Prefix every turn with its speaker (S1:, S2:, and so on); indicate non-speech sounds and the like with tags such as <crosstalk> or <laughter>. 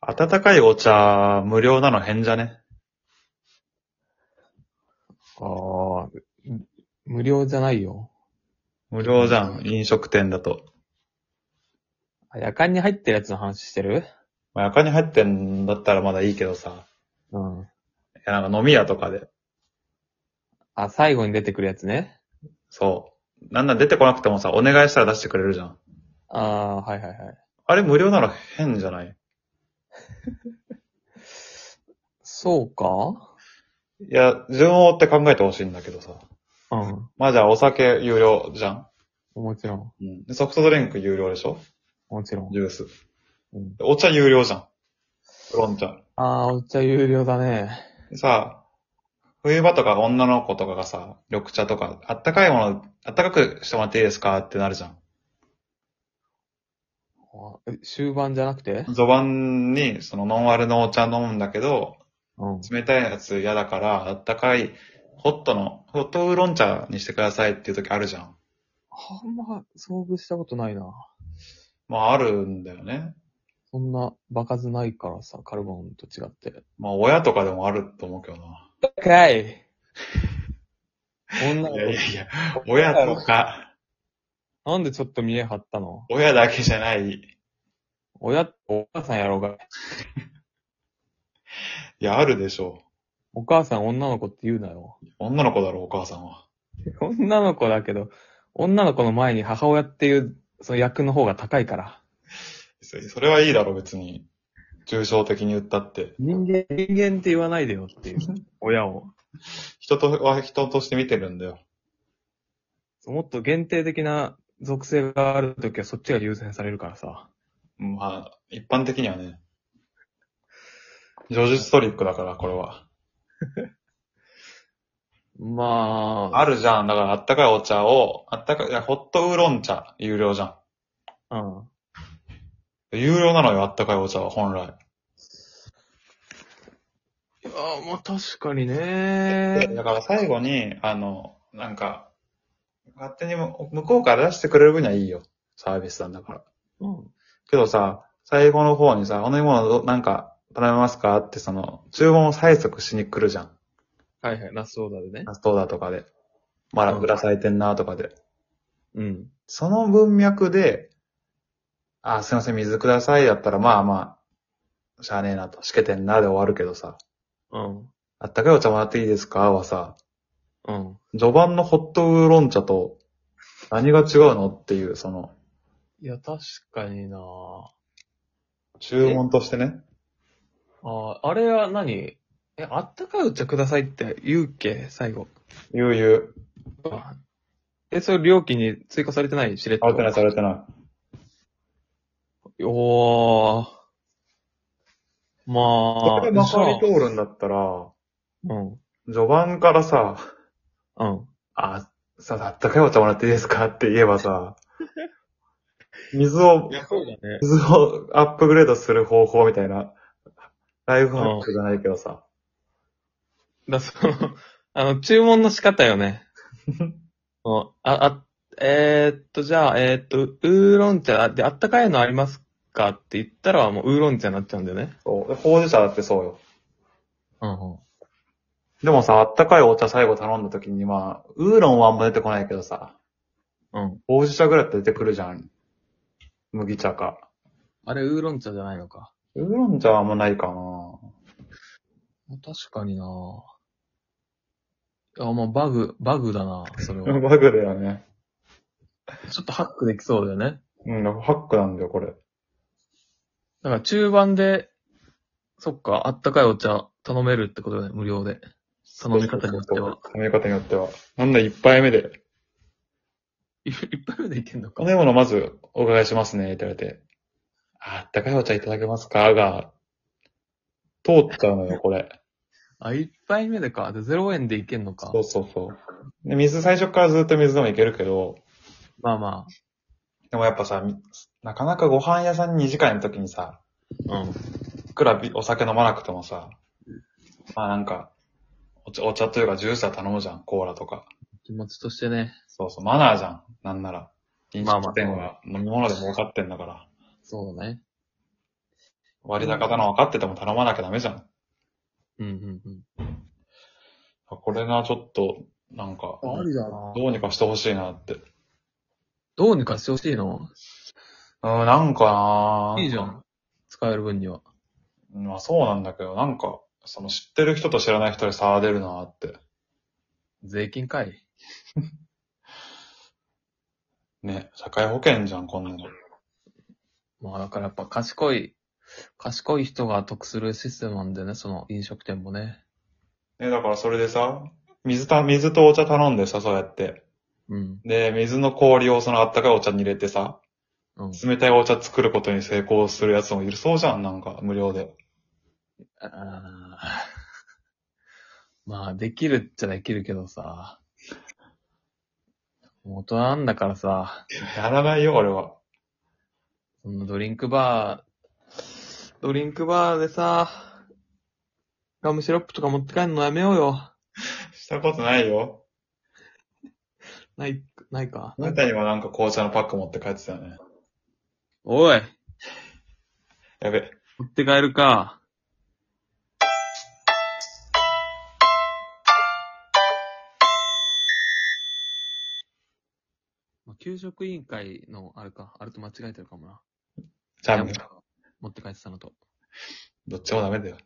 S1: 温かいお茶無料なの変じゃね
S2: ああ、む無料じゃないよ。
S1: 無料じゃん、飲食店だと。
S2: あ夜間に入ってるやつの話してる
S1: まあ、夜間に入ってんだったらまだいいけどさ。
S2: うん。
S1: いや、なんか飲み屋とかで。
S2: あ、最後に出てくるやつね。
S1: そう。なんなん出てこなくてもさ、お願いしたら出してくれるじゃん。
S2: ああー、はいはいはい。
S1: あれ無料なの変じゃない
S2: そうか
S1: いや、順を追って考えてほしいんだけどさ。
S2: うん。
S1: まあじゃあお酒有料じゃん。
S2: もちろん。
S1: うん。でソフトドリンク有料でしょ
S2: もちろん。
S1: ジュース。
S2: うん、
S1: お茶有料じゃん。ウーロン茶。
S2: ああ、お茶有料だね。
S1: でさ、冬場とか女の子とかがさ、緑茶とか、あったかいもの、あったかくしてもらっていいですかってなるじゃん。
S2: あえ終盤じゃなくて
S1: 序盤に、そのノンアルのお茶飲むんだけど、
S2: うん。
S1: 冷たいやつ嫌だから、あったかい、ホットの、ホットウーロン茶にしてくださいっていう時あるじゃん。
S2: あんま遭遇したことないな。
S1: まああるんだよね。
S2: そんな場数ないからさ、カルボンと違って。
S1: まあ親とかでもあると思うけどな。
S2: か
S1: <laughs>
S2: い女の
S1: い
S2: 子
S1: やいやいや、親とか、
S2: なんでちょっと見え張ったの
S1: 親だけじゃない。い
S2: 親、お母さんやろうが。
S1: や、あるでしょ
S2: お母さん女の子って言うなよ。
S1: う。女の子だろ、お母さんは。
S2: 女の子だけど、女の子の前に母親っていう、その役の方が高いから。
S1: そそれはいいだろ、別に。抽象的に言ったって。
S2: 人間、人間って言わないでよ <laughs> っていう。親を。
S1: 人とは人として見てるんだよ。
S2: もっと限定的な属性があるときはそっちが優先されるからさ。
S1: まあ、一般的にはね。叙述トリックだから、これは。
S2: まあ、
S1: あるじゃん。だから、あったかいお茶を、あったかい、いや、ホットウーロン茶、有料じゃ
S2: うん。
S1: ん。有料なのよ、あったかいお茶は、本来。
S2: いやー、まあ確かに
S1: で
S2: ね
S1: だから最後に、あの、なんか、勝手にも向こうから出してくれる分にはいいよ。サービスなんだから。
S2: うん。
S1: けどさ、最後の方にさ、お飲み物ど、なんか、頼めますかって、その、注文を催促しに来るじゃん。
S2: はいはい、ラストオーダーでね。
S1: ラストオーダーとかで。まだ、
S2: うん
S1: ぐらされてんなとかで。
S2: うん。
S1: その文脈で、あ、すいません、水くださいだったら、まあまあ、しゃあねえなと、しけてんなで終わるけどさ、
S2: うん。
S1: あったかいお茶もらっていいですかはさ、
S2: うん。
S1: 序盤のホットウーロン茶と何が違うのっていう、その、
S2: いや、確かにな
S1: 注文としてね。
S2: ああ、あれは何え、あったかいお茶くださいって言うっけ最後。
S1: ゆうゆう。
S2: え、それ料金に追加されてないしれっと
S1: されてない、されてな
S2: おー。ま
S1: い。こ、
S2: あ
S1: れでまかり
S2: じ
S1: 通るんだったら、
S2: ゃあうん。
S1: 序盤からさ、
S2: うん。
S1: あ、さ、あったかいお茶もらっていいですかって言えばさ、水を
S2: そうだね。
S1: 水をアップグレードする方法みたいな、ライフハックじゃないけどさ。
S2: だ、その、 <laughs> あの、注文の仕方よ <laughs> ね。うんあ、あ、えー、っと、じゃあ、えーっと、ウーロン茶で、あったかいのありますかって言ったら、もうウーロン茶になっちゃうんだよね。
S1: そう。でほうじ茶だってそうよ。
S2: うん。
S1: でもさ、あったかいお茶最後頼んだ時に、まあ、ウーロンはあんま出てこないけどさ、
S2: うん。
S1: ほうじ茶ぐらいって出てくるじゃん。麦茶か。
S2: あれ、ウーロン茶じゃないのか。
S1: ウーロン茶はあんまないかな
S2: 確かになあ、まあ、バグ、バグだなそ <laughs> れは。
S1: バグだよね。
S2: ちょっとハックできそうだよね。
S1: うん、ハックなんだよ、これ。
S2: だから中盤で、そっか、あったかいお茶頼めるってことだね、無料で。頼み方によっては。
S1: 頼み方によっては。なんだ、一杯目で。
S2: いいっぱい目でいけんのか
S1: こ。のようなまずお伺いしますね、って言われて。あったかいお茶いただけますかが、通っちゃうのよ、これ。
S2: あ、一杯目でか。で、0円でいけんのか
S1: そ。うそうそう。で、水、最初からずっと水でもいけるけど、
S2: まあま
S1: でもやっぱさ、みなかなかご飯屋さんに2時間の時にさ、
S2: あ。うん。
S1: いくらビお酒飲まなくてもさ、まあなんか、お茶お茶というかジュースは頼むじゃん、コーラとか。
S2: 気持ちとしてね。
S1: そうそう、マナーじゃん、なんなら。飲
S2: まあまあ
S1: 食店は飲み物で儲かってんだから。
S2: そうね。
S1: 割高だの分かってても頼まなきゃダメじゃん。
S2: うんうんうん。
S1: あこれがちょっと、なんか、
S2: ありだな
S1: どうにかしてほしいなって。うん、
S2: どうにかしてほしいの
S1: なんかなぁ
S2: いいじゃん。使える分には。
S1: まあそうなんだけど、なんか、その知ってる人と知らない人で差が出るなって。
S2: 税金かい
S1: ね、社会保険じゃん、こんなの。
S2: まあだからやっぱ賢い、賢い人が得するシステムなんでね、その飲食店もね。
S1: ね、だからそれでさ、水た、水とお茶頼んでさ、そうやって。
S2: うん。
S1: で、水の氷をそのあったかいお茶に入れてさ、
S2: うん。
S1: 冷たいお茶作ることに成功するやつもいるそうじゃん、なんか、無料で。
S2: あー <laughs> まあ、できるっちゃできるけどさ。もう大人なんだからさ、
S1: やらないよ、俺は。
S2: そんなドリンクバー、ドリンクバーでさ、ガムシロップとか持って帰るのやめようよ。
S1: したことないよ。
S2: ない、ないか。
S1: あなたにはなんか紅茶のパック持って帰ってたよね。
S2: おい
S1: やべ。
S2: 持って帰るか。まあ給食委員会のあれか、あれと間違えてるかもな。
S1: ジャンプ
S2: ジャム持って帰ってたのと。
S1: どっちもダメだよ。